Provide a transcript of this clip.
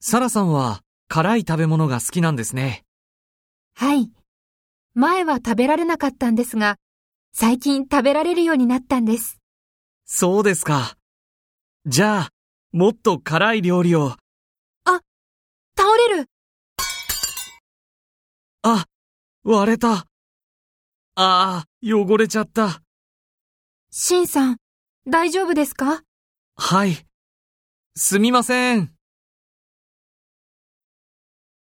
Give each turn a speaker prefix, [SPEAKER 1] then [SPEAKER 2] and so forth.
[SPEAKER 1] サラさんは辛い食べ物が好きなんですね。
[SPEAKER 2] はい。前は食べられなかったんですが、最近食べられるようになったんです。
[SPEAKER 1] そうですか。じゃあ、もっと辛い料理を。
[SPEAKER 2] 倒れる
[SPEAKER 1] あ、割れた。ああ、汚れちゃった。
[SPEAKER 2] シンさん、大丈夫ですか
[SPEAKER 1] はい。すみません。